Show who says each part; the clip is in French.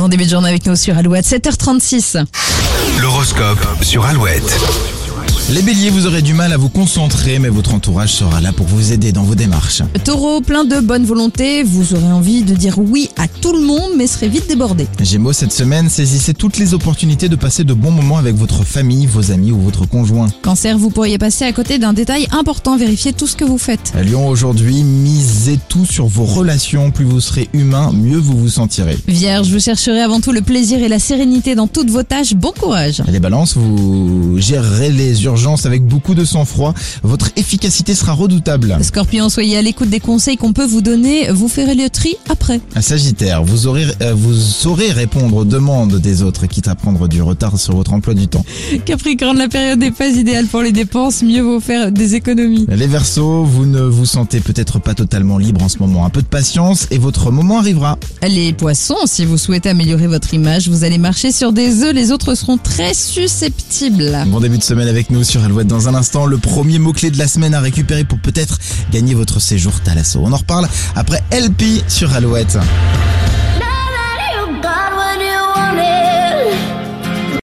Speaker 1: en début de journée avec nous sur Alouette, 7h36.
Speaker 2: L'horoscope sur Alouette.
Speaker 3: Les béliers, vous aurez du mal à vous concentrer, mais votre entourage sera là pour vous aider dans vos démarches.
Speaker 1: Taureau, plein de bonne volonté, vous aurez envie de dire oui à tout le monde, mais serez vite débordé.
Speaker 3: Gémeaux, cette semaine, saisissez toutes les opportunités de passer de bons moments avec votre famille, vos amis ou votre conjoint.
Speaker 1: Cancer, vous pourriez passer à côté d'un détail important, vérifiez tout ce que vous faites.
Speaker 3: Lyon, aujourd'hui, misez tout sur vos relations. Plus vous serez humain, mieux vous vous sentirez.
Speaker 1: Vierge, vous chercherez avant tout le plaisir et la sérénité dans toutes vos tâches, bon courage.
Speaker 3: Les balances, vous gérerez les urgences avec beaucoup de sang-froid. Votre efficacité sera redoutable.
Speaker 1: Scorpion, soyez à l'écoute des conseils qu'on peut vous donner, vous ferez le tri après.
Speaker 3: Sagittaire, vous, aurez, euh, vous saurez répondre aux demandes des autres, quitte à prendre du retard sur votre emploi du temps.
Speaker 1: Capricorne, la période n'est pas idéale pour les dépenses, mieux vaut faire des économies.
Speaker 3: Les Verseaux, vous ne vous sentez peut-être pas totalement libre en ce moment. Un peu de patience et votre moment arrivera.
Speaker 1: Les poissons, si vous souhaitez améliorer votre image, vous allez marcher sur des œufs, les autres seront très susceptibles.
Speaker 3: Bon début de semaine avec nous sur Alouette dans un instant. Le premier mot-clé de la semaine à récupérer pour peut-être gagner votre séjour Thalasso. On en reparle après LP sur Alouette.